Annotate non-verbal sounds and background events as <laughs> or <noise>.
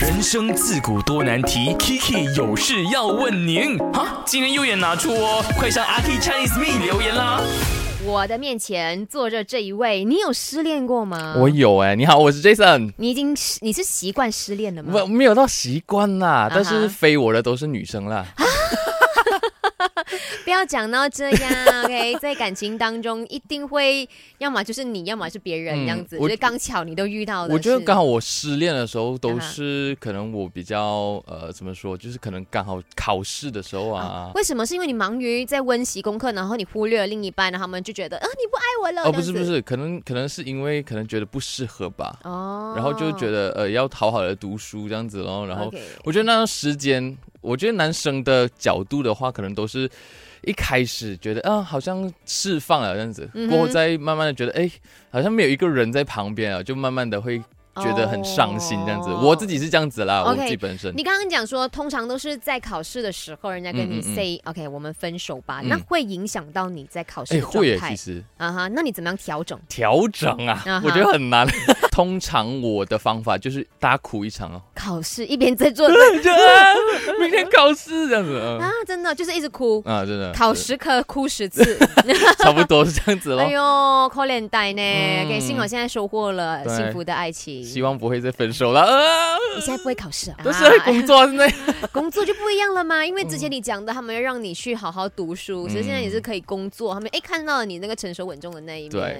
人生自古多难题，Kiki 有事要问您。哈，今天又也拿出哦，快上阿 K Chinese Me 留言啦。我的面前坐着这一位，你有失恋过吗？我有哎、你好，我是 Jason。你已经是你是习惯失恋了吗？ <laughs> 我没有到习惯啦，但啊哈是非我的都是女生啦。 <laughs> 不要讲到这样 <laughs> ，OK，在感情当中一定会，要么就是你，要么是别人，嗯这样子，我就是刚巧你都遇到的。我觉得是刚好我失恋的时候啊都哈是可能我比较呃怎么说，就是可能刚好考试的时候啊，为什么？是因为你忙于在温习功课，然后你忽略了另一半，然后他们就觉得啊你不爱我了。哦这不样是子不，是，可能可能是因为可能觉得不适合吧，哦，然后就觉得呃要好好的读书这样子咯，然后 OK 我觉得那段时间，我觉得男生的角度的话，可能都是一开始觉得啊，好像释放了这样子，嗯哼过后再慢慢的觉得，哎，好像没有一个人在旁边啊，就慢慢的会觉得很伤心这样子。哦我自己是这样子啦 OK，我自己本身你刚刚讲说，通常都是在考试的时候，人家跟你嗯嗯嗯 say、OK，我们分手吧，嗯那会影响到你在考试哎的状会耶，态其实啊哈。那你怎么样调整？调整啊啊哈我觉得很难。 <laughs> 通常我的方法就是大家哭一 <laughs> 场哦，考试一边在 <laughs> 做明天考试这样子，嗯啊，真的就是一直哭， <laughs> 啊，真的考十科哭十次，差不多是这样子 <laughs> 咯。哎呦，可怜呆呢。嗯给幸好现在收获了对幸福的爱情。希望不会再分手了。 <laughs> 啊你现在不会考试啊？都是在工作嗯之内。 <laughs> 工作就不一样了嘛，因为之前你讲的，他们要让你去好好读书，所以现在你是可以工作，他们哎看到了你那个成熟稳重的那一面对。